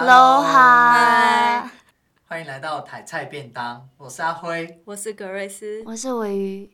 Hello，嗨，欢迎来到台菜便当，我是阿辉。我是格瑞斯。我是尾鱼，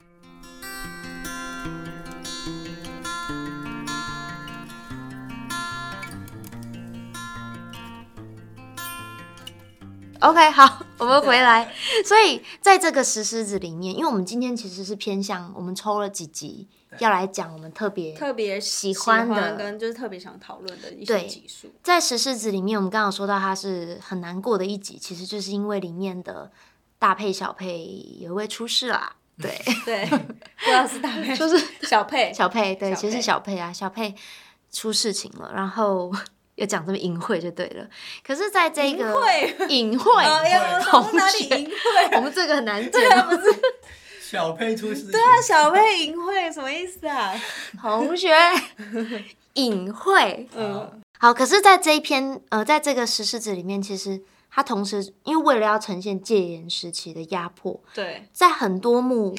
OK，好，我们回来。 所以在这个石狮子里面，因为我们今天其实是偏向我们抽了几集要来讲我们特别特别喜欢欢的跟就是特别想讨论的一些对技 术，在石狮子里面，我们刚刚有说到它是很难过的一集，其实就是因为里面的大配小配有一位出事啦，对， 对，不知道是大配就是 小配，小佩，对，小其实佩是小佩啊，小佩出事情了，然后 又讲这么隐晦就对了。可是，在这个会，隐晦哎呀，同从哪里学，淫秽？我们这个很难对啊，讲。不是，小佩出事情，对啊，小配淫秽什么意思 啊？同学，隐晦。嗯，好，可是，在这一篇呃，在这个石狮子里面，其实它同时因为为了要呈现戒严时期的压迫，对，在很多幕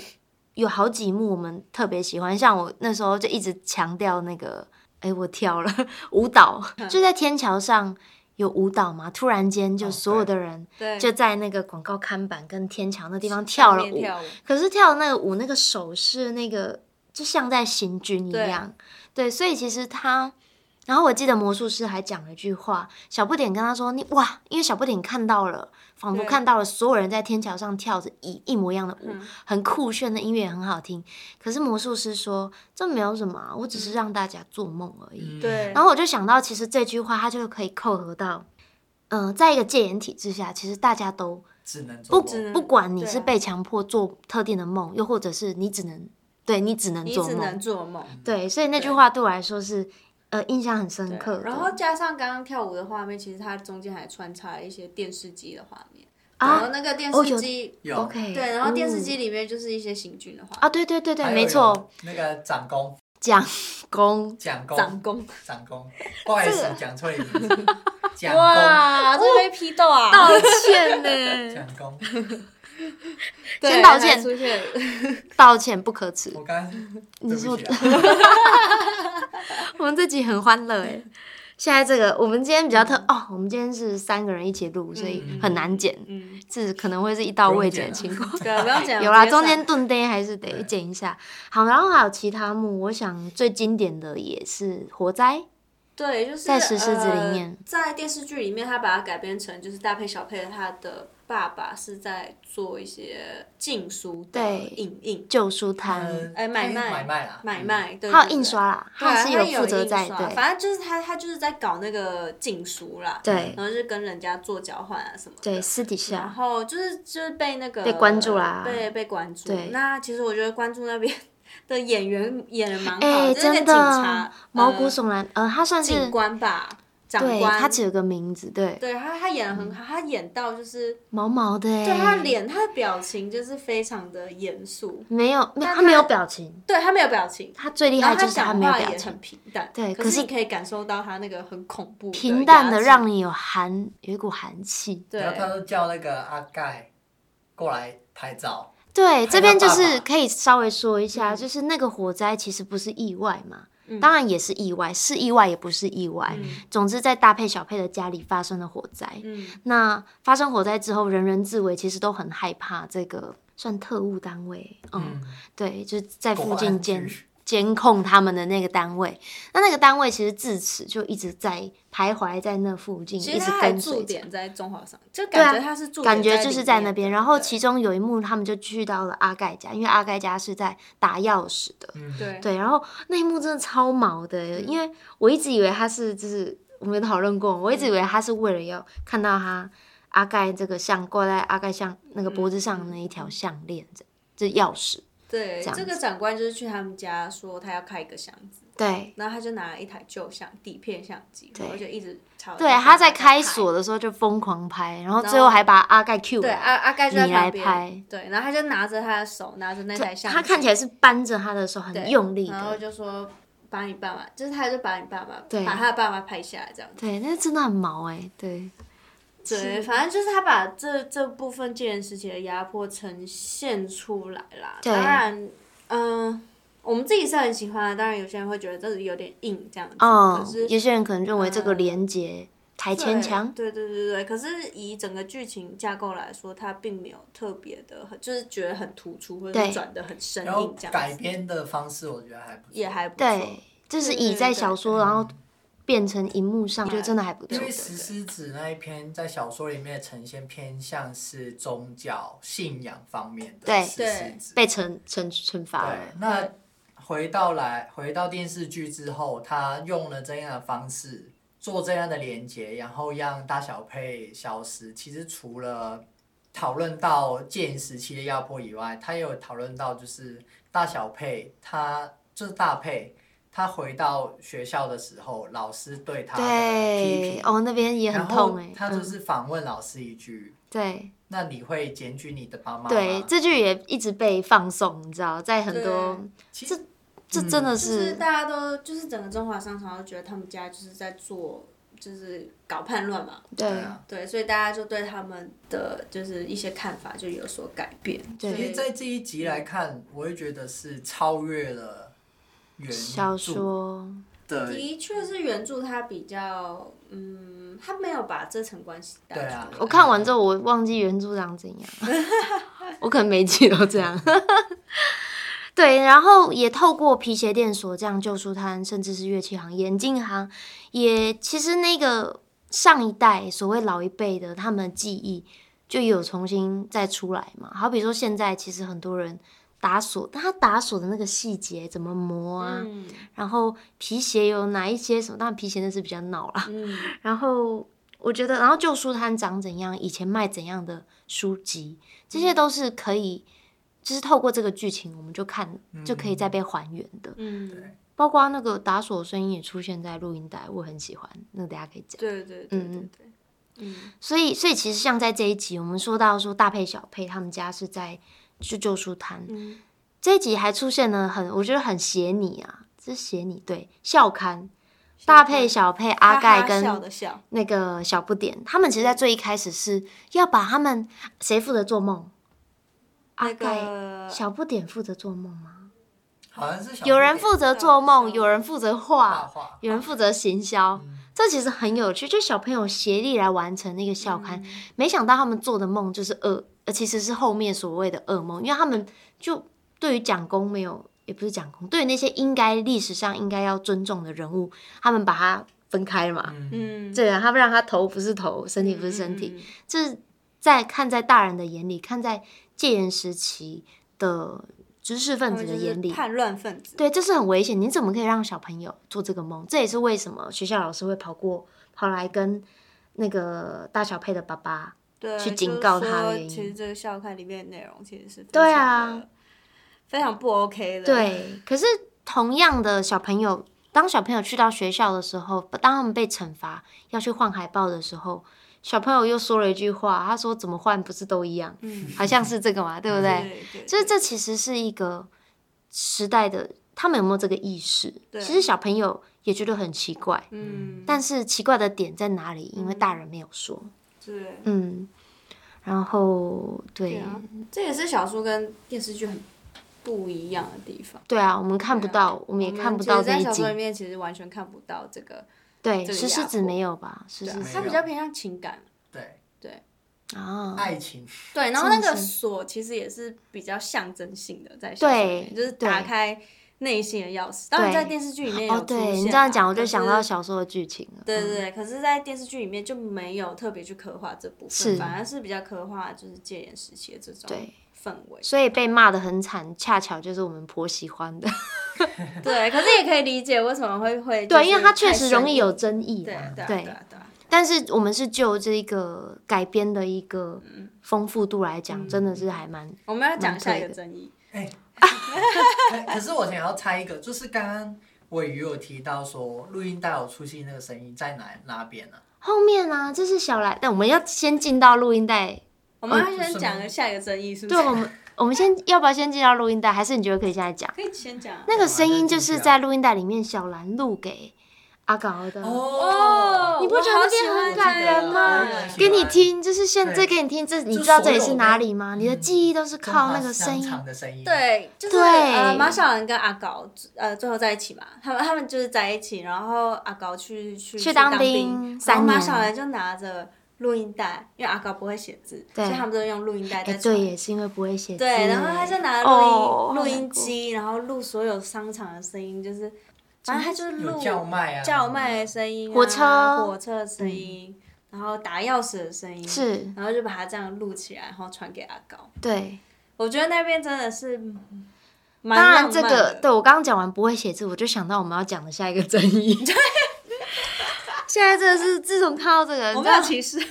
有好几幕我们特别喜欢，像我那时候就一直强调那个，哎、我跳了 舞蹈，嗯就在天桥上有舞蹈嘛，突然间哦就所有的人对，就在那个广告看板跟天桥那地方跳了上舞面，跳舞，可是跳的那个舞那个手势那个就像在行军一对样，对，所以其实他。然后我记得魔术师还讲了一句话，小不点跟他说：“你哇，因为小不点看到了，仿佛对看到了所有人在天桥上跳着一一模一样的舞，嗯很酷炫的音乐也很好听。可是魔术师说这没有什么啊、我只是让大家做梦而已。嗯对，然后我就想到，其实这句话它就可以扣合到，嗯、在一个戒严体制下，其实大家都只能做不梦只能不管你对啊是被强迫做特定的梦，又或者是你只能对你只能你做只能梦，做梦。对，所以那句对话对我来说是呃印象很深对刻的。然后加上刚刚跳舞的画面，其实它中间还穿插了一些电视机的画面，然后啊那个电哦视有机，有，OK，对，然后电视机嗯里面就是一些行军的画啊，对对对对，还有没错，有那个长工，讲公蒋面，公，长工，长工，不好意这思个，讲错一个名 字，蒋公，哇，这被批斗啊！道歉 呢，蒋公，对先道歉还出现道歉不可耻。我刚 你对不说起啊，我们这集很欢乐哎。现在这个，我们今天比较特哦，我们今天是三个人一起录，所以嗯很难剪， 嗯，这可能会是一刀不用未剪剪的啊情况。对，不用讲，有啦，直接上中间顿呆还是得对剪一下。好，然后还有其他幕，我想最经典的也是《火灾》。对，就是在石狮子里面呃在电视剧里面，他把它改编成就是大配小配，他的爸爸是在做一些禁书的对影印旧书摊，嗯哎买卖买卖嗯啦，买卖，对，还有对印。刷啦，对对是对他有负责印在刷对反正就是他，他就是在搞那个禁书啦，对然后就跟人家做交换啊什么的，对私底然下，后就是就是被那个被关注啦被被关注。对那其实我觉得关注那边 的演员演的蛮好，哎，就是那真个警察的毛骨呃悚然。呃，他算警是官吧，长对，官，他只有个名字，对，对他他演的很好，他演到就是毛毛的哎，对他脸他的表情就是非常的严肃，没有，没有但他没有他表情，对他没有表情。他最厉然害后他就是他讲没有话表也情，很平淡，对可可是是你可以感受到他那个很恐怖、平淡的的压制让你有寒有一股寒气。对然后他就叫那个阿盖过来拍照，对，这他边就爸是爸可以稍微说一下，嗯就是那个火灾其实不是意外嘛，嗯当然也是意外，是意外也不是意外。嗯总之，在大佩、小佩的家里发生了火灾。嗯那发生火灾之后，人人自危，其实都很害怕这个算特务单位，嗯，嗯，对，就是在国附安近局监监控他们的那个单位。那那个单位其实自此就一直在徘徊在那附近，其实一直他还跟随驻着点在中华上，就对啊感觉他是驻点感觉就是在里那面边。的然后对其中有一幕，他们就去到了阿盖家，因为阿盖家是在打钥匙的。嗯，对对，然后那一幕真的超毛的，嗯因为我一直以为他是就是我们有讨论过，我一直以嗯为他是为了要看到他阿盖这个像挂在阿盖像那个脖子上的那一嗯条项链，这这钥匙。对这样这个长官就是去他们家说他要开一个箱子，对然后他就拿了一台旧相底片相机，然后就一直朝对，他在开锁的时候就疯狂拍，然后最后还把阿盖 Q 对来阿阿盖就在你旁来边拍，对，然后他就拿着他的手拿着那台相机，他看起来是扳着他的手很对用力然后的。就说把你爸爸，就是他就把你爸爸对把他的爸爸拍下来这样子。对，那真的很毛哎、对，对，反正就是他把这这部分戒严时期的压迫呈现出来啦。对当然，嗯、我们自己是很喜欢的，当然有些人会觉得这有点硬这样子，哦可是，有些人可能认为这个嗯连接台前墙，对对对对，可是以整个剧情架构来说，它并没有特别的，就是觉得很突出或者对是转的很生然后硬这样改子，编嗯的方式我觉得还不错，也还不错。对，就是对以对在对小说然后变成荧幕上，我觉得真的还不错因的为。石狮子那一篇在小说里面的呈现偏向是宗教信仰方面的对石狮子，被惩惩惩罚对了，，那回到来回到电视剧之后，他用了这样的方式做这样的连接，然后让大小佩消失。其实除了讨论到戒严时期的压迫以外，他也有讨论到就是大小佩，他就是大佩，他回到学校的时候，老师对他的批对，评，哦，那边也很然痛后哎，他就嗯是反问老师一句：“对那你会检举你的爸妈吗？”对，这句也一直被放送，你知道，在很多其这这真的就是是大家都就是整个中华商场都觉得他们家就是在做就是搞叛乱嘛，对啊。对，所以大家就对他们的就是一些看法就有所改变。对其所实，以在这一集来看，我会觉得是超越了原小著说，的，的确是原著它比较，嗯，它没有把这层关系带出对来。啊我看完之后我忘记原著长怎样了，我可能每集都这样。 对，然后也透过皮鞋店所这样旧书摊，甚至是乐器行、眼镜行，也其实那个上一代所谓老一辈的他们的记忆就有重新再出来嘛。好比说现在其实很多人打锁，但他打锁的那个细节怎么磨啊，嗯然后皮鞋有哪一些什么？当然皮鞋那是比较闹啦。嗯，然后我觉得，然后旧书摊长怎样，以前卖怎样的书籍，这嗯些都是可以，就是透过这个剧情，我们就看、就可以再被还原的。嗯，包括那个打锁声音也出现在录音带，我很喜欢，那个大家可以讲。嗯对对对对对对，嗯所以，所以其实像在这一集，我们说到说大佩、小佩他们家是在就旧书摊，嗯，这一集还出现了很，我觉得很写你啊，这是写你对校刊。大佩、小佩、阿哈盖哈跟笑的笑，那个小不点，他们其实，在最一开始是要把他们谁负责做梦？阿那盖、个嗯小不点负责做梦吗？好像是小有人负责做梦，小有人负责画画，画，有人负责行销，这其实很有趣，就小朋友协力来完成那个校刊。嗯没想到他们做的梦就是噩，呃，其实是后面所谓的噩梦，因为他们就对于蒋公没有，也不是蒋公，对于那些应该历史上应该要尊重的人物，他们把它分开了嘛。嗯，嗯，对啊，他们让他头不是头，身体不是身体，这是在看在大人的眼里，看在戒严时期的知识他分子们的嗯就是眼里，叛乱分子，对，这是很危险。你怎么可以让小朋友做这个梦？这也是为什么学校老师会跑过跑来跟那个大小佩的爸爸，对，去警告就是他的说原因其实这个校刊里面的内容其实是非对常啊的，非常不 OK 的。，对。可是同样的小朋友，当小朋友去到学校的时候，当他们被惩罚要去换海报的时候，小朋友又说了一句话，他说：“怎么换不是都一样？”嗯，好像是这个嘛，对不对？对对，就是哎这其实是一个时代的，他们有没有这个意识？对其实小朋友也觉得很奇怪，嗯，但是奇怪的点在哪里？因为大人没有说，对。嗯，然后对对啊，这也是小说跟电视剧很不一样的地方。对啊，我们看不到，我我们也看不到其实这在一小说里集。面其实完全看不到这个，对，这个石狮压子迫没有吧？石对啊狮没子它比有较偏向情感。对，啊，爱情，对，然后那真个的是锁其实也是比较象征性的，在小说里面对就是打开内心的钥匙。当然，在电视剧里面有哦，出现对你啦这样讲，我就啊可是想到小说的剧情了。对嗯对对，可是，在电视剧里面就没有特别去刻画这部是分，反而是比较刻画就是戒严时期的这种对氛围。所以被骂的很惨，恰巧就是我们婆喜欢的。对，可是也可以理解为什么会会对，就因为是它确太实生容易硬有争议对嘛。对啊对对啊对啊但是我们是就这个改编的一个丰富度来嗯讲，真的是还蛮哦我们要讲下蛮对一个的争议，可可是我想要猜一个，就是刚刚尾鱼有提到说录音带有出现那个声音在哪哪边呢？后面啊，这是小来，但我们要先进到录音带。我们要嗯先是讲吗个下一个争议，是不对，是？我 们我们先要不要先进到录音带？还是你觉得可以现在讲？可以先讲啊。那个声音就是好在录音带里面小兰录给阿搞的。哦，你不觉得那边很感人吗？给你听，就是现在对给你听，这你就知道这里所有的是哪里嗯吗？你的记忆都是靠那中个华声音商。场的声音，，对，就是对呃，马小兰跟阿高呃最后在一起嘛，他们他们就是在一起，然后阿高去去去当当兵然后三马年小兰就拿着录音带，因为阿高不会写字，所对以他们都用录音带哎，在对传。耶，是因为不会写字。对，然后他就拿哦好录音录难音过机，然后录所有商场的声音，就是反正他就是有录叫卖啊，叫卖的声音啊、火车嗯火车的声音，然后打钥匙的声音，是然后就把它这样录起来，然后传给阿高。对，我觉得那边真的是嗯蛮当然浪漫这个的。对我刚刚讲完不会写字，我就想到我们要讲的下一个争议。 现在真的是，自从看到这个，我你知没道有，歧视，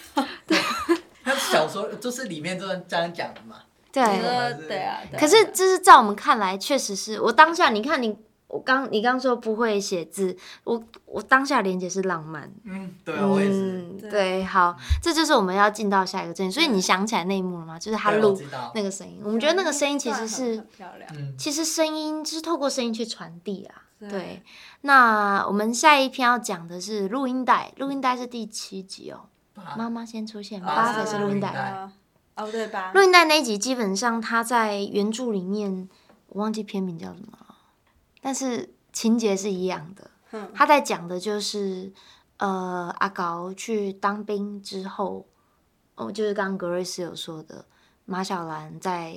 他小说就是里面就是这样讲的嘛。你对，说对啊。对啊可是就是在我们看来，确实是我当下，你看你，我刚你刚说不会写字，我我当下连接是浪漫，嗯，对啊，我也是。嗯，对对，好，这就是我们要进到下一个争议，所以你想起来那一幕了吗？就是他对我录知道。那个声音，我们觉得那个声音其实啊那一段很是很，漂亮，嗯，其实声音就是透过声音去传递啊。对对，那我们下一篇要讲的是录音带，录音带是第七集哦。爸妈妈先出现，啊八才才是录音带。啊哦，对吧？录音带那一集基本上它在原著里面，我忘记片名叫什么了，但是情节是一样的。嗯他在讲的就是，呃，阿高去当兵之后，哦，就是刚刚格瑞斯有说的，马小兰在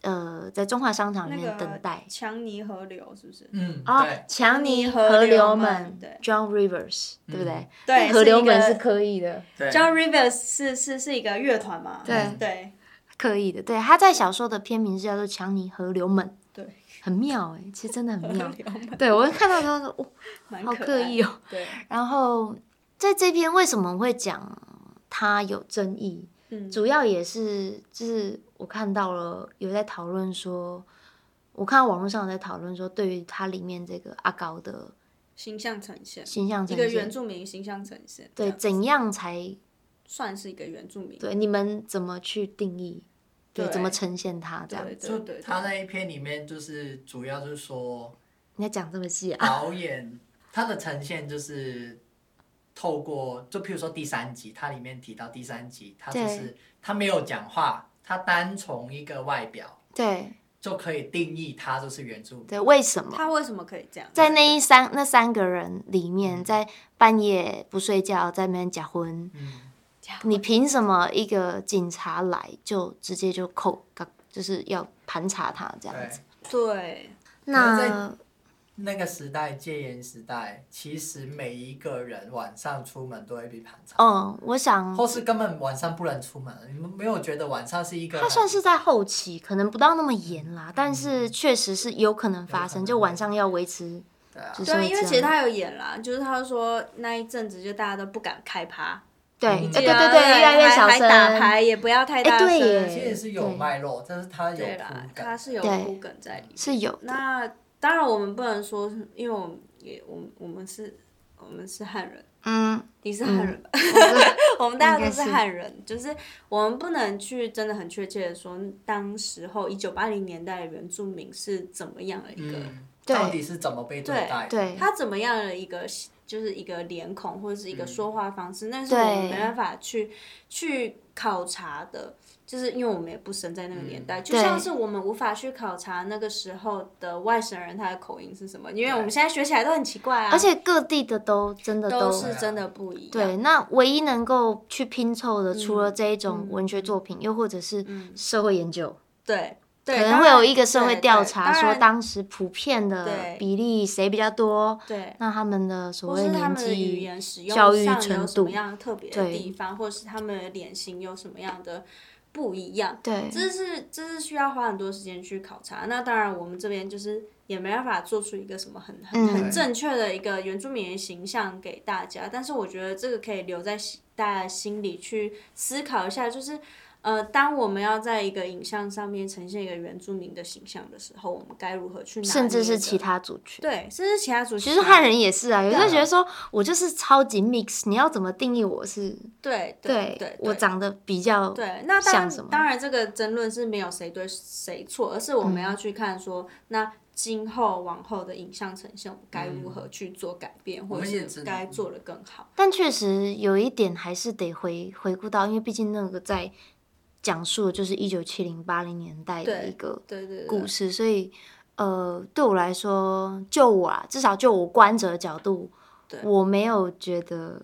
呃在中华商场里那面个等待。强尼河流是不是？嗯，哦对，，强尼尼河河流流们们对，John Rivers，对不对？对，河流们一是个刻意的，嗯对 John Rivers 是是是一个乐团嘛？对对刻意的。对，他在小说的片名是叫做《强尼河流们》，对，很妙哎、其实真的很妙河。流们对我看到他说，哦，蛮好可刻爱意哦。对，然后在这篇为什么会讲它有争议？嗯，主要也是就是我看到了有在讨论说，我看到网络上有在讨论说，对于它里面这个阿高的形象呈现，形象一呈个原现，住民形象呈现，这对样怎样才算是一个原住民？对你们怎么去定义？对，对怎么呈现它？这样对就对对，他那一篇里面，就是主要就是说你在讲这么细啊？导演他的呈现就是透过，就譬如说第三集，它里面提到第三集，他就对是他没有讲话，他单从一个外表对就可以定义他就是原住民。对，为什么？他为什么可以这样？在那一三那三个人里嗯面，在半夜不睡觉，在那边假婚，嗯，你凭什么一个警察来就直接就扣，就是要盘查他这样对子？。对那那个时代戒严时代，其实每一个人晚上出门都会被盘查，嗯，我想或是根本晚上不能出门。你们没有觉得晚上是一个他算是在后期，可能不到那么严啦，但嗯是确实是有可能发生，有可能就晚上要维持，对啊，就是对，因为这其实样他有演啦，就是他说那一阵子就大家都不敢开趴，对，哎嗯对记得对对，还越来越小还打声，牌也不要太大哎对声，其耶实是有对脉络，但是他有对铺啦，梗他是有对铺梗在里面。是有的，那当然我们不能说是，因为我们也我们我们是我们是汉人，嗯，你是汉人吧？ 我们大家都是汉人，就是我们不能去真的很确切的说，当时候一九八零年代的原住民是怎么样的一个，嗯，对到底是怎么被对待的？对他怎么样的一个就是一个脸孔或者是一个嗯说话方式，那是我们对没办法去去考察的。就是因为我们也不生在那个年代，嗯就像是我们无法去考察那个时候的外省人他的口音是什么，因为我们现在学起来都很奇怪啊，而且各地的都真的都都是真的不一样。对，那唯一能够去拼凑的，除了这一种嗯文学作品，又或者是社会研究，对对，可能当会有然一个社会对调对查，当说然当时普遍的对比例谁比较多，对。那他们的所或谓是他年们的语纪，言使用教育上程有什度么样特别的对地方，或者是他们的脸型有什么样的不一样，对这是这是需要花很多时间去考察。那当然，我们这边就是也没办法做出一个什么很很嗯很正确的一个原住民的形象给大家，但是我觉得这个可以留在心大家心里去思考一下，就是。呃，当我们要在一个影像上面呈现一个原住民的形象的时候，我们该如何去拿捏甚至是其着他族群。对，甚至其他族其群，实汉人也是啊，有些对人啊觉得说我就是超级 mix，你要怎么定义我是？对对对对，我对长得比较对，那当像什么然，当然这个争论是没有谁对谁错，而是我们要去看说，那今后往后的影像呈现，我们该如何去做改变，我或们也者知是道该做得更好。但确实有一点还是得回回顾到，因为毕竟那个在讲述的就是一九七零八零年代的对一个对对对故，事，所以呃，对我来说，就我啊，至少就我观者的角度，对我没有觉得，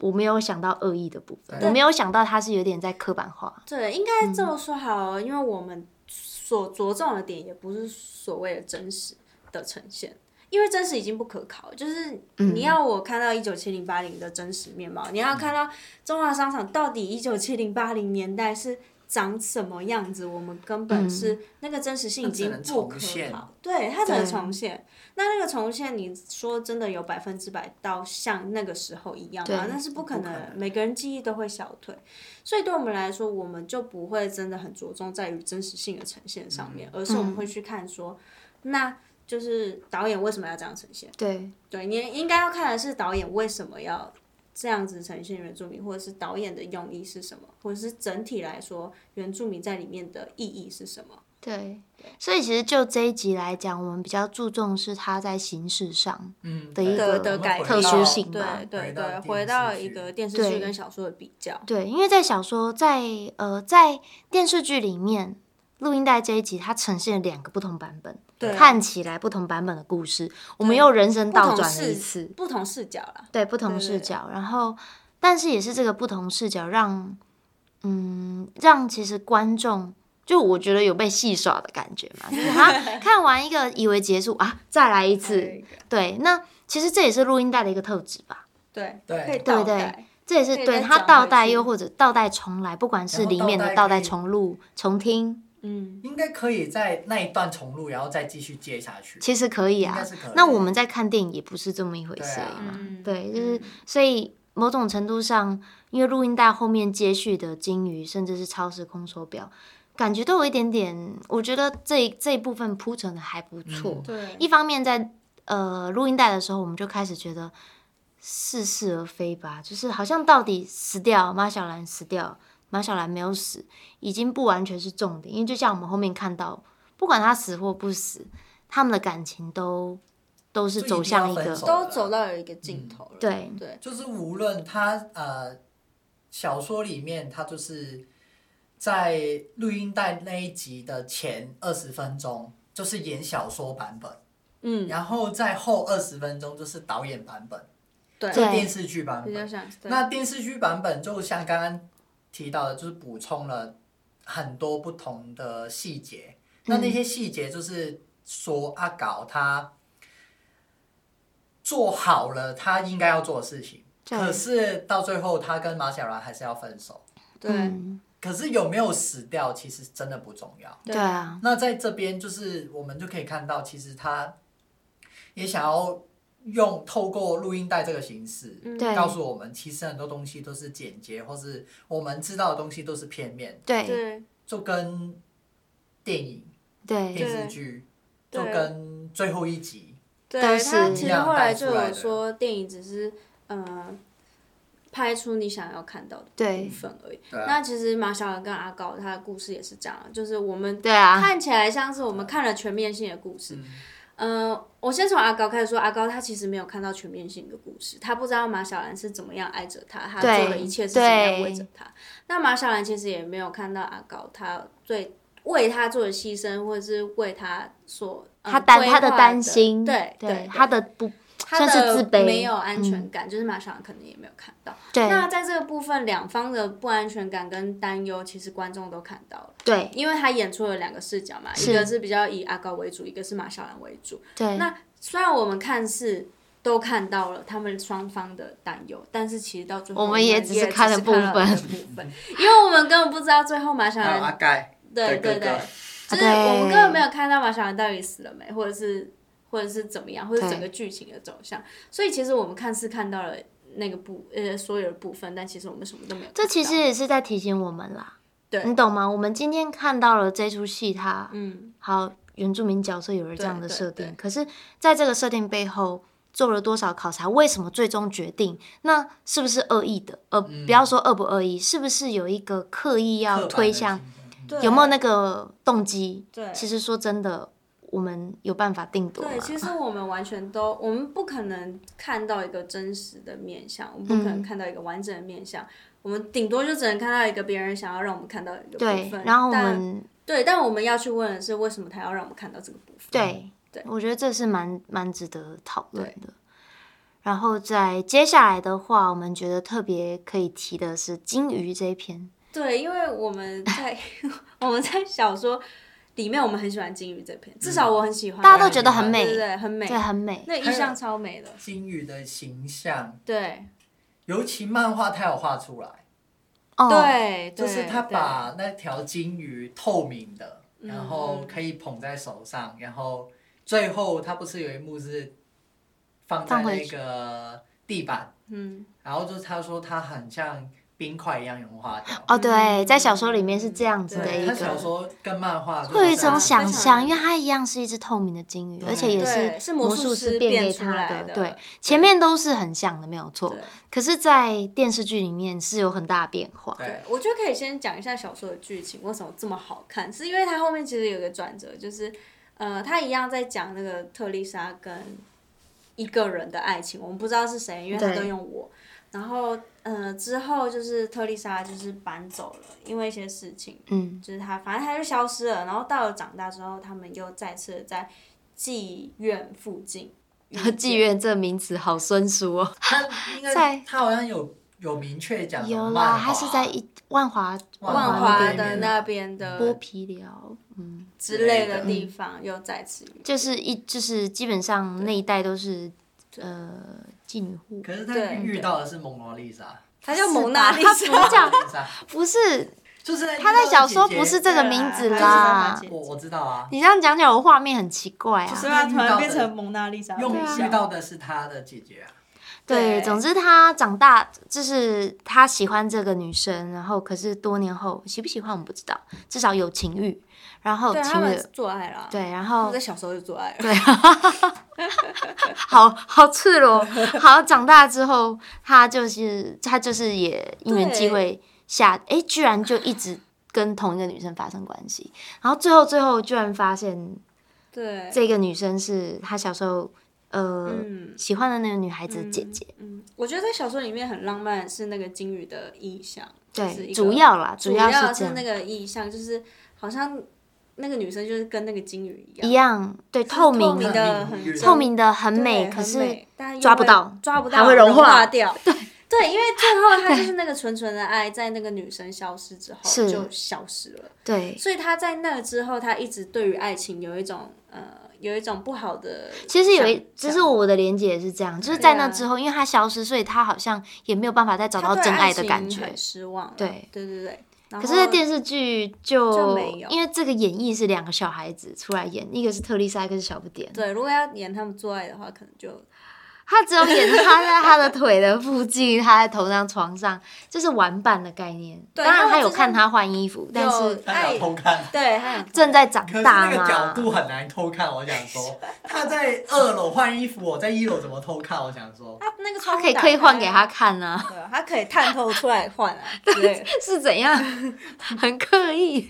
我没有想到恶意的部分，对我没有想到他是有点在刻板化，对，应该这嗯么说好哦了，因为我们所着重的点也不是所谓的真实的呈现，因为真实已经不可考了。就是嗯你要我看到一九七零八零的真实面貌，你要看到中华商场到底一九七零八零年代是长什么样子，我们根本是、那个真实性已经它只能不可重现考，对，它只能嗯对重现。那那个重现，你说真的有百分之百到像那个时候一样吗对？那是不可不能可的，能每个人记忆都会消退。所以对我们来说，我们就不会真的很着重在于真实性的呈现上嗯面，而是我们会去看说，那就是导演为什么要这样呈现？对，对，你应该要看的是导演为什么要这样子呈现原住民，或者是导演的用意是什么，或者是整体来说原住民在里面的意义是什么？对，所以其实就这一集来讲，我们比较注重是他在形式上，嗯的对一个的我的们改回特变殊到性对吧对回到电对，回视到剧一个电视对剧跟小说的比较，对，因为在小说在呃在电视剧里面。录音带这一集，它呈现了两个不同版本，对看起来不同版本的故事，我们又人生不倒同转了一视次，不同视角啦。对不同对视对角，然后但是也是这个不同视角让，嗯，让其实观众就我觉得有被戏耍的感觉嘛，就是 他看完一个以为结束啊，再来一还有一次，个对，那其实这也是录音带的一个特质吧，对对可对以倒对带这也是可以对再他转倒回带去又或者倒带重来，不管是然后里倒面的带倒可带以重录、重听，嗯，应该可以在那一段重录，然后再继续接下去。其实可以应该啊是可以。那我们在看电影也不是这么一回事对啊而已嘛。嗯对，就是嗯所以某种程度上，因为录音带后面接续的鲸鱼，甚至是超时空手表，感觉都有一点点。我觉得这一这一部分铺陈的还不嗯错。对，一方面在呃录音带的时候，我们就开始觉得似是而非吧，就是好像到底死掉马小兰死掉，马小兰没有死，已经不完全是重点，因为就像我们后面看到，不管他死或不死，他们的感情都都是就一走定向要一分个手都走到了一个尽头了。嗯对对就是无论他呃小说里面，他就是在录音带那一集的前二十分钟就是演小说版本，嗯，然后在后二十分钟就是导演版本，对，就电视剧版比较本。像对那电视剧版本就像刚刚提到的，就是补充了很多不同的细节。那那些细节就是说阿搞他做好了他应该要做的事情，对可是到最后他跟马小兰还是要分手。对嗯可是有没有死掉，其实真的不重要。对啊，那在这边就是我们就可以看到，其实他也想要用透过录音带这个形式，嗯对告诉我们，其实很多东西都是简洁，或是我们知道的东西都是片面，对对就跟电影、对电视剧，就对跟最后一集，对，但他是其实后来就有说，电影只是呃拍出你想要看到的部对分而已。对啊那其实马小兰跟阿高他的故事也是这样，就是我们对啊，看起来像是我们看了全面性的故事。嗯呃，我先从阿高开始说，阿高他其实没有看到全面性的故事，他不知道马小兰是怎么样爱着他，他对做的一切是怎么样对为着他。那马小兰其实也没有看到阿高他对为他做的牺牲，或者是为他所、呃他担规他的划担心，对对对，他的不他算是自卑嗯没有安全感，就是马小兰可能也没有看到。对那在这个部分，两方的不安全感跟担忧，其实观众都看到了。对因为他演出了两个视角嘛，是一个是比较以阿高为主，一个是马小兰为主。对那虽然我们看似都看到了他们双方的担忧，但是其实到最后我们们也也只是是看了了部分这部分，因为我们根本不知道最后马小还有阿兰，盖，对对对哥对哥，就是对我们根本没哎有看到马小兰到底死了没，或者是或者是怎么样，或者对整个剧情的走向。所以其实我们看似看到了那个部呃所有的部分，但其实我们什么都没有看到。这其实也是在提醒我们啦，对你懂吗？我们今天看到了这出戏，它嗯，好原住民角色有了这样的对对设定对，可是在这个设定背后做了多少考察？为什么最终决定那是不是恶意的？呃，嗯不要说恶不恶意，是不是有一个刻意刻板要的推向形象对有没有那个动机？对其实说真的，我们有办法定夺吗对，？其实我们完全都，我们不可能看到一个真实的面相，我们不可嗯能看到一个完整的面相，我们顶多就只能看到一个别人想要让我们看到的一个部对分。，然后我但们对，但我们要去问的是，为什么他要让我们看到这个部分？对，对我觉得这是蛮蛮值得讨论的。然后在接下来的话，我们觉得特别可以提的是金鱼这一篇，对，因为我们在 我们在小说里面，我们很喜欢金鱼这篇，至少我很喜欢，嗯大家都觉得很美啊对对对，很美，对，很美。那意象超美的，金鱼的形象，对尤其漫画它有画出来，哦，对，就对是他对把那条金鱼透明的，然后可以捧在手上，然后最后它不是有一幕是放在放回那个地板，嗯，然后就是他说它很像冰块一样融化掉。哦，对，在小说里面是这样子的嗯对一他小个，说跟漫画会有一就是种想非常象，因为它一样是一只透明的金鱼，对而且也对是魔魔术术师师变给出它来的。的对对，前面都是很像的，没有错对。可是，在电视剧里面是有很大的变化。对对，我觉得可以先讲一下小说的剧情为什么这么好看，是因为它后面其实有个转折，就是呃，它一样在讲那个特丽莎跟一个人的爱情，我们不知道是谁，因为他对都用我。然后呃，之后就是特丽莎就是搬走了，因为一些事情，嗯，就是他，反正他就消失了。然后到了长大之后，他们又再次在妓院附近遇见 妓院这名词好生疏哦。他应该在他好像有有明确讲有漫啦，画它是在一万华万华华那边的那边剥的皮寮，嗯，之类的地方又再次遇见。就是一就是基本上那一带都是呃妓女户，可是他对遇到的是蒙娜丽莎， 他叫蒙娜丽是莎吧， 这样蒙娜丽莎不是就是他在小说不是这，这个名字对啊啦她就。是我我知道啊，你这样讲起来，我画面很奇怪就啊是。他遇到的蒙娜丽莎啊用微笑遇到的是他的姐姐啊，对，总之他长大就是他喜欢这个女生，然后可是多年后喜不喜欢我们不知道，至少有情欲，然后有对啊他情们侣，做爱啊啦，对，然他后们在小时候就做爱了，对， 好好赤裸。好，长大之后，他就是他就是也因缘际会下，哎，居然就一直跟同一个女生发生关系，然后最后最后居然发现 对， 这个女生是他小时候呃、嗯喜欢的那个女孩子的姐姐。嗯，我觉得在小说里面很浪漫，是那个金鱼的意象，就是对，一个主要啦，主要要是这样那个意象，就是好像那个女生就是跟那个金鱼一样一，样，对，就是透明明的，透很明的透明的很对美，可很是美但又抓不会到抓不到，还会融化 掉。对对，因为最后他就是那个纯纯的爱，在那个女生消失之后是就消失了。对，所以他在那之后，他一直对于爱情有一种呃，有一种不好的想象。其实有一，只是我的连接也是这样，就是在那对啊之后，因为他消失，所以他好像也没有办法再找到他对真爱的情感觉很。失望了。对对对对。然可后是，在电视剧就就没有因为这个演绎是两个小孩子出来演，一个是特丽莎，一个是小不点。对，如果要演他们做爱的话，可能就他只有演他在他的腿的附近，他在头上、床上，就是玩伴的概念。对当然，他们他有之看间他换衣服，但有是他想爱偷看，对，他很正在长可是那大个角嘛。度很难偷看。我想说，他在二楼换衣服，我在一楼怎么偷看？我想说，他那个他窗户可以打可以换开给他，看啊， 对，他可以探头出来换啊，对。是怎样？ 很刻意。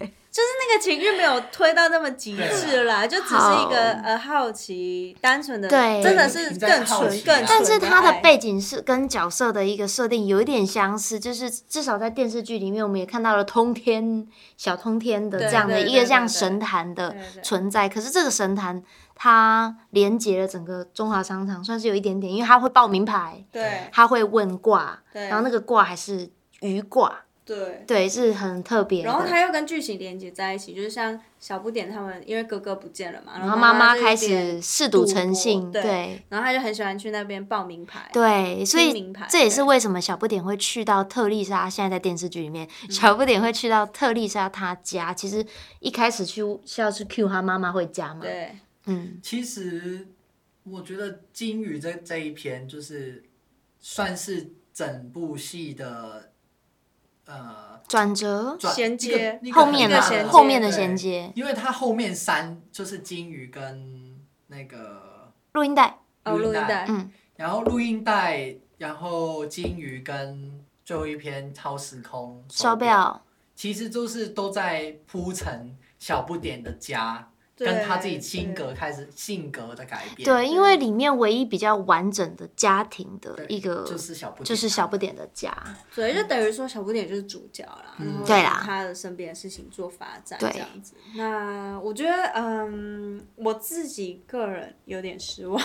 那个情绪没有推到那么极致啦，就只是一个呃好奇、单纯的，啊对真的是你在更好纯奇啊更纯爱。但是它的背景是跟角色的一个设定有一点相似，就是至少在电视剧里面，我们也看到了通天小通天的对这样的对对一个对像对神坛的对对存在。可是这个神坛它连接了整个中华商场，算是有一点点，因为它会报名牌，对它会问卦，对然后那个卦还是鱼卦，对，对，是很特别的。然后他又跟剧情连接在一起，就是像小不点他们，因为哥哥不见了嘛，然然后妈妈妈就开有点始嗜赌成性，赌博对然后他就很喜欢去那边报名牌，对，所听以名牌这也对是为什么小不点会去到特丽莎。现在在电视剧里面，嗯小不点会去到特丽莎她家。其实一开始去是要去 Q 她妈妈回家嘛，对嗯，其实我觉得金鱼这这一篇就是算是整部戏的呃转折转衔接一个后面一个很的大衔接后面的对衔接，因为它后面三就是金鱼跟那个录音带，哦录音带，嗯，然后录音带，然后金鱼跟最后一篇超时空手，表，其实就是都在铺陈小不点的家，跟他自己对性格开始性格的改变。对，因为里面唯一比较完整的家庭的对，一个就是小不就是点小他不点的 家，所以就等于说小不点就是主角啦，嗯然后对啦他的身边的事情做发展对这样子。那我觉得，嗯，我自己个人有点失望，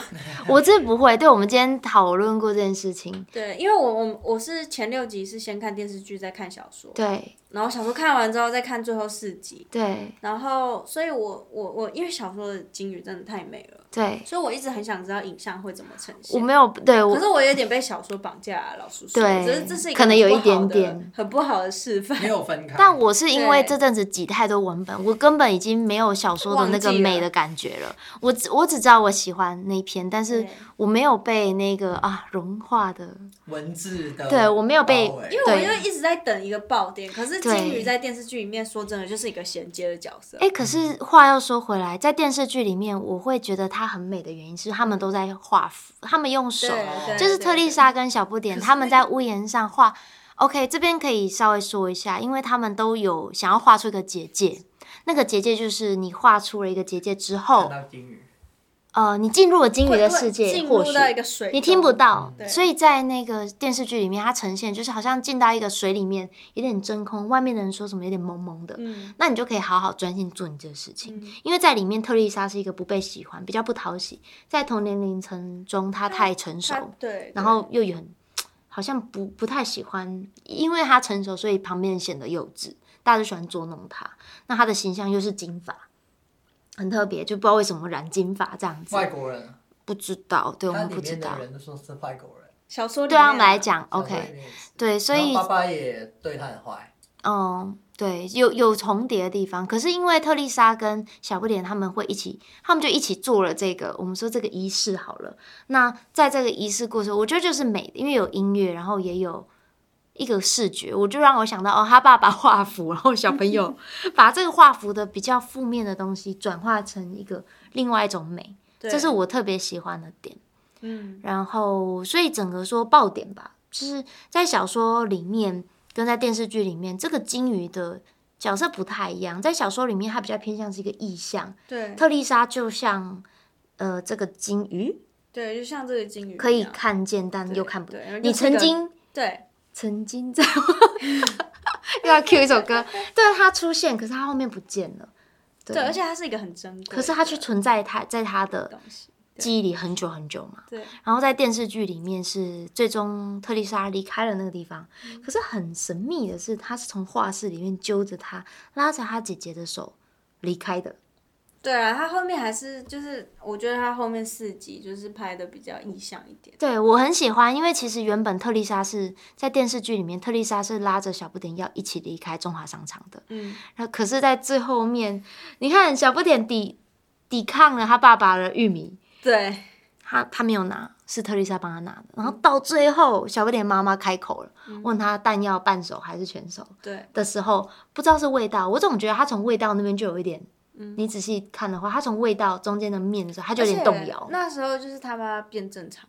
我这不会。对，我们今天讨论过这件事情。对，因为我我我是前六集是先看电视剧，再看小说，对然后小说看完之后再看最后四集，对然后所以我我我因为小说的金鱼真的太美了，对，所以我一直很想知道影像会怎么呈我现。没有对我可是我有点被小说绑架、啊，老实说，对只是这是一个可能有一很不好点的点很不好的示范没。有分开。但我是因为对这阵子挤太多文本，我根本已经没有小说的那个忘记了美的感觉了。我只我只知道我喜欢那一篇，但是对我没有被那个啊融化的。嗯文字的对我没有被包围因为我对就一直在等一个爆点，可是对金鱼在电视剧里面说真的就是一个衔接的角色。哎、可嗯是话又说回来，在电视剧里面，我会觉得它很美的原因是他们都在画符，他们用手对，哦对，就是对特丽莎跟小不点他们在屋檐上画。OK，这边可以稍微说一下，因为他们都有想要画出一个结界，那个结界就是你画出了一个结界之看后，到金鱼，呃，你进入了金鱼会的会世界，进或入许到一个水，嗯你听不。到，对所以在那个电视剧里面，它呈现就是好像进到一个水里面，有点真空，外面的人说什么有点蒙蒙的，嗯那你就可以好好专心做你这个事情。嗯，因为在里面，特丽莎是一个不被喜欢、比较不讨喜，在同年龄层中，她太成熟他，对，然后又有很好像不不太喜欢，因为她成熟，所以旁边人显得幼稚，大家就喜欢捉弄她。那她的形象又是金发，很特别，就不知道为什么染金发这样子，外国人，不知道，对我他们里不知面道的。人都说是外国人，小说里对他们面啊来，讲小说里，OK，面也是对，所以然后爸爸也对他很坏，嗯，对，有有重叠的地方，可是因为特丽莎跟小不点他们会一起，他们就一起做了这个，我们说这个仪式好了。那在这个仪式过程，我觉得就是美的，因为有音乐，然后也有一个视觉，我就让我想到哦，他爸爸画符，然后小朋友把这个画符的比较负面的东西转化成一个另外一种美，对这是我特别喜欢的点。嗯然后，所以整个说爆点吧，就是在小说里面跟在电视剧里面，这个金鱼的角色不太一样。在小说里面，它比较偏向是一个意象，对特丽莎就像呃这个金鱼，对，就像这个金鱼一样可以看见但对又看不对然后你就是一曾个经对 曾经在又要 Q 一首歌，对它出现，可是它后面不见了。对，对，而且它是一个很珍贵的可是它却存在它在它的东西，记忆里很久很久嘛。对，然后在电视剧里面是最终特丽莎离开了那个地方，嗯可是很神秘的是，她是从画室里面揪着她，拉着她姐姐的手离开的。对啊，它后面还是就是，我觉得它后面四集就是拍的比较意象一点，对我很喜欢，因为其实原本特丽莎是在电视剧里面，特丽莎是拉着小不点要一起离开中华商场的。嗯，然后可是，在最后面，你看小不点抵抵抗了他爸爸的玉米，对，他他没有拿，是特丽莎帮他拿的。然嗯后到最后，小不点妈妈开口了，问他弹药半手还是全手。对的时候，不知道是味道，我总觉得他从味道那边就有一点，你仔细看的话，他从味道中间的面的时候，他就有点动嗯而摇且那时候就是他妈变正常，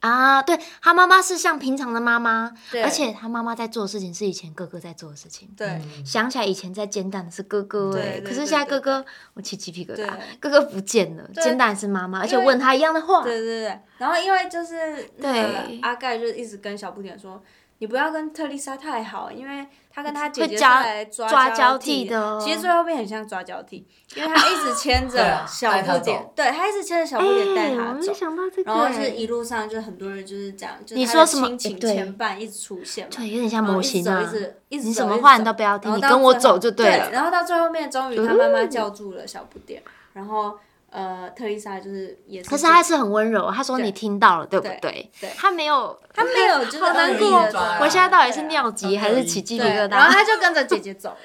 啊。对他妈妈是像平常的妈妈，对而且他妈妈在做的事情是以前哥哥在做的事情。对嗯想起来以前在煎蛋的是哥哥对哎、对可是对现在对哥哥我起鸡皮疙瘩对，哥哥不见了，对煎蛋是妈妈，而且因为问他一样的话，对对对，然后因为就是那个对阿盖就一直跟小不点说，你不要跟特丽莎太好，因为他跟他姐会姐是抓来抓抓交交替的哦其实最后面很像抓交替，因为他一直 牵对着啊小带他不点走，对他一直牵着小哎、不点带我他没走。想到这个、然后就是欸，一路上就很多人就是这样，就是你他说的什么亲情对牵绊一直出现嘛，对，有点像然后模一直型走啊一。直一直你走什么一直话你走都不要听，然后你到跟我最走后就对了。然后到最后面，终于他妈妈叫住了小不点，然后呃，特丽莎就是也是，可是他还是很温柔，他说你听到了，对不对对对？他没有，她没有就是好难恶意过地抓啊我现在到底是对啊尿急啊还是起鸡皮对疙然后瘩？他就跟着姐姐走了，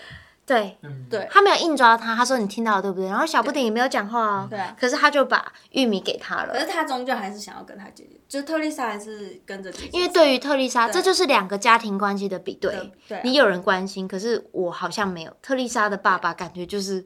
对，嗯，对他没有硬抓他，他说你听到了，对不对？然后小不点也没有讲话哦对啊，可是他就把玉米给他可了。是他终究还是想要跟他姐姐，就是特丽莎还是跟着姐姐走，因为对于特丽莎，对这就是两个家庭关系的比对对。对啊你有人关心，可是我好像没有。特丽莎的爸爸感觉就是，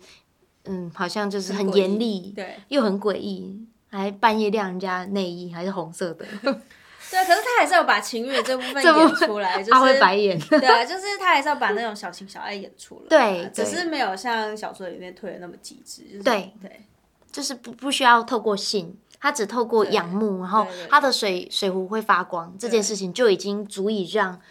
嗯，好像就是很诡异严厉，对 又很诡异，还半夜晾人家内衣，还是红色的。 对，可是他还是要把情欲的这部分这部演出来，就阿辉是白眼， 对啊，就是他还是要把那种小情小爱演出来，对只对是没有像小说里面推的那么极致，就是对对就是不不需要透过性，他只透过仰慕，然后对对他的水水壶会发光这件事情就已经足以让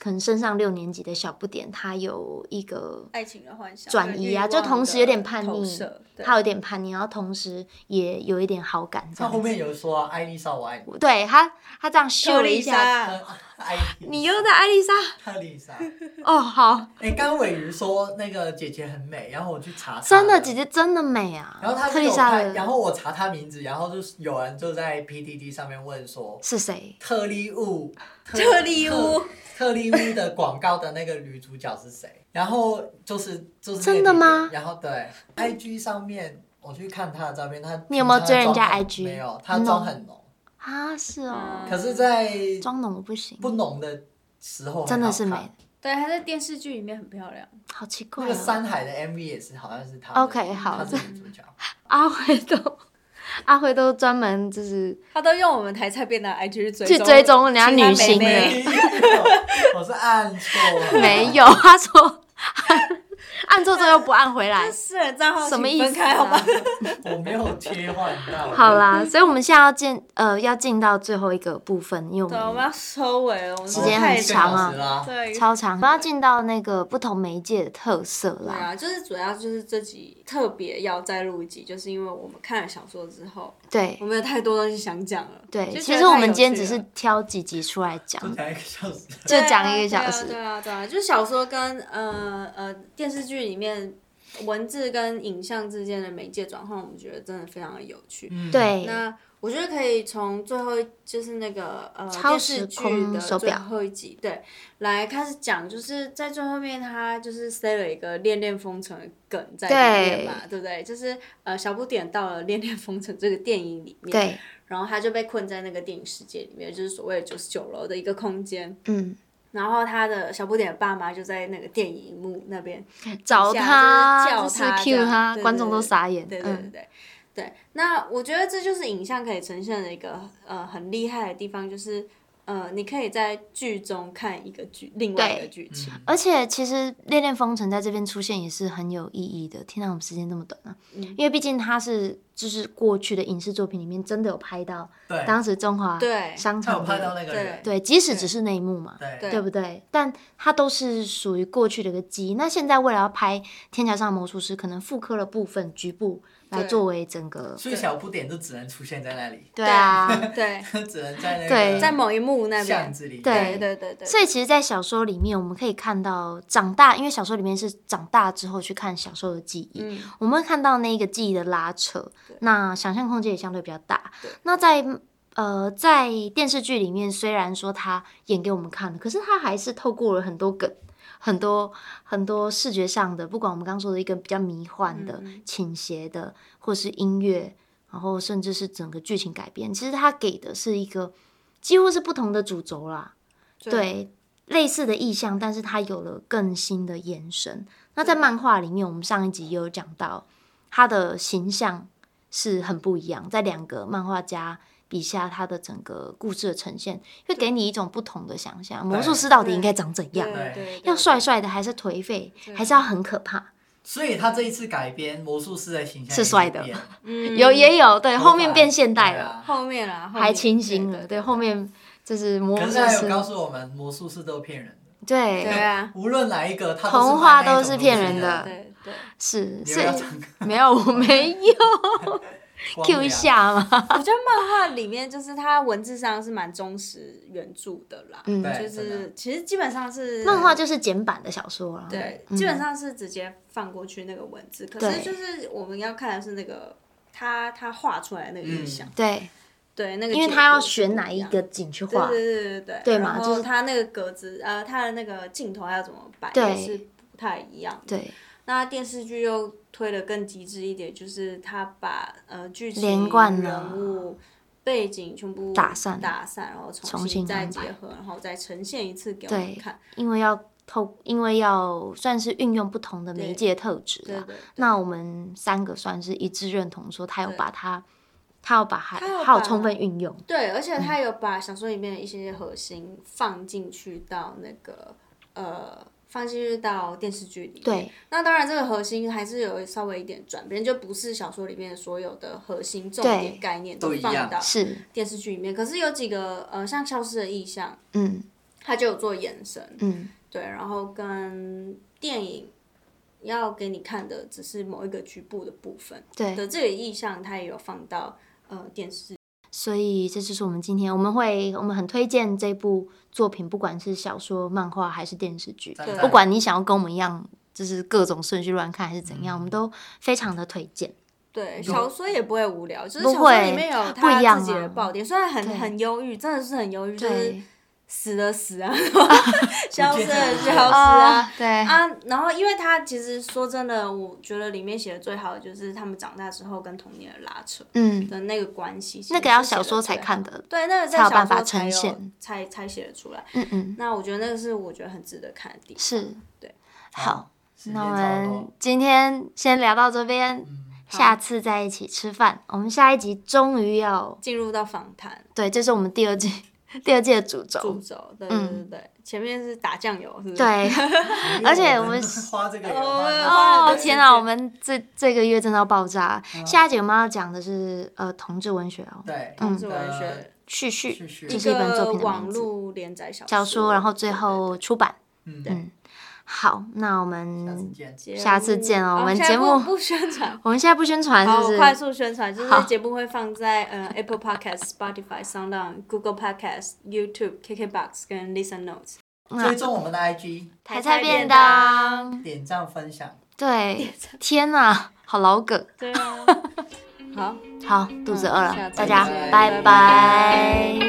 可能升上六年级的小不点他有一个爱情的幻想转移啊，对就欲望的同时有点叛投逆射，对他有点叛逆，然后同时也有一点好感这他样后子。面有说啊爱丽莎我爱你，对他，他这样秀特了一丽下，莎，呃爱你又在艾 丽莎特丽莎。哦，好，哎，刚尾鱼说那个姐姐很美，然后我去查，真的姐。姐真的美啊然后他，特就丽有莎看，然的后我查他名字，然后就是有人就在 PDD 上面问说，是谁？特利物，特利屋特，特利屋的广告的那个女主角是谁？ 然后就是就是那个真的吗姐姐然后对，IG 上面我去看她的照片，她你有没有平常追人家妆很 IG 没有，她妆很浓，啊，是哦嗯，可是，在妆浓我不行，不浓的时候真的是很美好看的，对，她在电视剧里面很漂亮，好奇那怪个哦。山海的 MV 也是，好像是她的。 OK，她好是女主角。阿辉都，阿辉都专门就是她都用我们台菜变的 IG 去追去追踪人家其女他妹星妹 的。没有我是按错了。没有，他说 按错之后又不按回 来这，私人账号什么请意分思、开好吗 啊？？我没有切换到。好嗯啦，所以我们现在要进呃要进到最后一个部分，因为对，我我们们要收尾了，我们时间很长啊一个小时啦对，超长，我们要进到那个不同媒介的特色对啦。啊，就是主要就是这集特别要再录一集，就是因为我们看了小说之后，对我们有太多东西想讲了。对，啊就其觉得实我太们有今天趣只是了挑几集出来讲，就讲一个小时。就对讲一个小啊对啊，对时。啊，对啊，就是小说跟呃呃电视剧里面文字跟影像之间的媒介转换，我们觉得真的非常的有趣。嗯，对，啊那我觉得可以从最后一就是那个呃超电时视剧空的手最表后一集，对，来开始讲，就是在最后面他就是塞了一个恋恋风尘的梗在里面嘛，对不对？就是呃小不点到了恋恋风尘这个电影里面，对，然后他就被困在那个电影世界里面，就是所谓的九十九楼的一个空间。嗯，然后他的小不点的爸妈就在那个电影荧幕那边，找就是他叫就是他这 cue 样他，对观对众都对傻眼。对对对嗯，对。对，那我觉得这就是影像可以呈现的一个呃很厉害的地方，就是呃你可以在剧中看一个剧，另外一个对剧情。而且其实《恋恋风尘》在这边出现也是很有意义的。天哪，我们时间那么短啊！嗯因为毕竟它是就是过去的影视作品里面真的有拍到对，当时中华对商他有场拍的到那个人。对，即使只是那一幕嘛，对对对不对？但它都是属于过去的一个记忆。那现在为了要拍《天桥上的魔术师》，可能复刻了部分局部来对作为整个。所以小不点就只能出现在那里，对啊， 对， 只能在那个对在某一幕那边巷，子里面。对对对对，所以其实，在小说里面，我们可以看到长大，因为小说里面是长大之后去看小时候的记忆，嗯我们会看到那个记忆的拉扯对，那想象空间也相对比较大对。那在呃在电视剧里面，虽然说他演给我们看的，可是他还是透过了很多梗。很多很多视觉上的，不管我们刚刚说的一个比较迷幻的、嗯嗯倾斜的，或是音乐，然后甚至是整个剧情改编，其实他给的是一个几乎是不同的主轴啦。对对类似的意象，但是它有了更新的延伸。那在漫画里面，我们上一集也有讲到，它的形象是很不一样，在两个漫画家。笔下它的整个故事的呈现，会给你一种不同的想象。魔术师到底应该长怎样对？对对对，要帅帅的，还是颓废，还是要很可怕？所以他这一次改编魔术师的形象是帅的也变嗯有也有，对，头 后面发变现代对了，啊后面啦，后还面清新了，对对，后面就是魔可术是他有师，告诉我们，魔术师都是骗人的，对，对啊，无论哪一个，他童话都都是是卖那种骗东人西的对对，是，你所们要以唱歌 没有，我没有 Q 一，下嘛，我觉得漫画里面就是它文字上是蛮忠实原著的啦，嗯对就真是的其实基本上是漫画就是简版的小说了。对，嗯基本上是直接放过去那个文字，可对是就是我们要看的是那个他他画出来的那个意象，对，对那个，嗯因为他要选哪一个。景去对画。对对对对，对嘛然就后是他那个格子，呃，他的那个镜头要怎么摆，对也是不太一样的。对，那电视剧又推的更极致一点，就是他把呃剧情、连贯了人物、背景全部打散打散，然后重重新新再安排结合，然后再呈现一次给我们对看。因为要透，因为要算是运用不同的媒介特质对啊。对，那我们三个算是一致认同说，他有对把他他要把它他要把好充分运用。对，而且他有把小说里面的一些核心放进去到那个呃，放进去到电视剧里面。对，那当然这个核心还是有稍微一点转变，就不是小说里面所有的核心重对点概念都一放样到是，电视剧里面。可是有几个呃，像消失的意象，嗯它就有做延伸，嗯，对，然后跟电影。要给你看的只是某一个局部的部分对，的这个意象，它也有放到呃电视所以这就是我们今天我们会我们很推荐这部作品，不管是小说、漫画还是电视剧，赞赞不管你想要跟我们一样，就是各种顺序乱看还是怎样，我嗯们都非常的推荐。对，有小说也不会无聊，就是不小说会里面有不一他样自己的啊爆点，虽然很对很忧郁，真的是很忧郁，就是对，死的 死啊，消失的消失啊。啊，对，啊，然后因为他其实说真的，我觉得里面写的最好的就是他们长大之后跟童年的拉扯嗯，的那个关系，那个要小说才看的，的，对，那个在才有小办法说才呈有现才才写得出来。嗯嗯，那我觉得那个是我觉得很值得看的地方。是，对，好，时间那我差不们多，今天先聊到这边，嗯，好下次再一起吃饭。我们下一集终于要，进入到访谈对，这是我们第二季 第二季的主主轴，轴，对对对对，前面是打酱油，是嗯不是？对，而且我们 花这个也哦花我们花那哦个了天哪啊，我们这这个月真的要爆炸。下一集我们要讲的是呃同志文学哦，嗯对，同志文学，续续续续这是一本作品个的网名字，络连载小小说，然后最后出版。嗯，嗯，好，那我下次们嗯见，节下次目见哦啊我们现在节不目。不宣传我们现在不宣传好，是我不快是？速宣传，就好是节目会放在呃 Apple Podcast、Spotify、SoundOn、Google Podcast、YouTube、KKBox 跟 Listen Notes。那追踪我们的 IG，台菜菜便便当当，点赞分享， 对，天哪，好老梗。 对啊，好。好，肚子饿了嗯下，次大家见拜拜拜。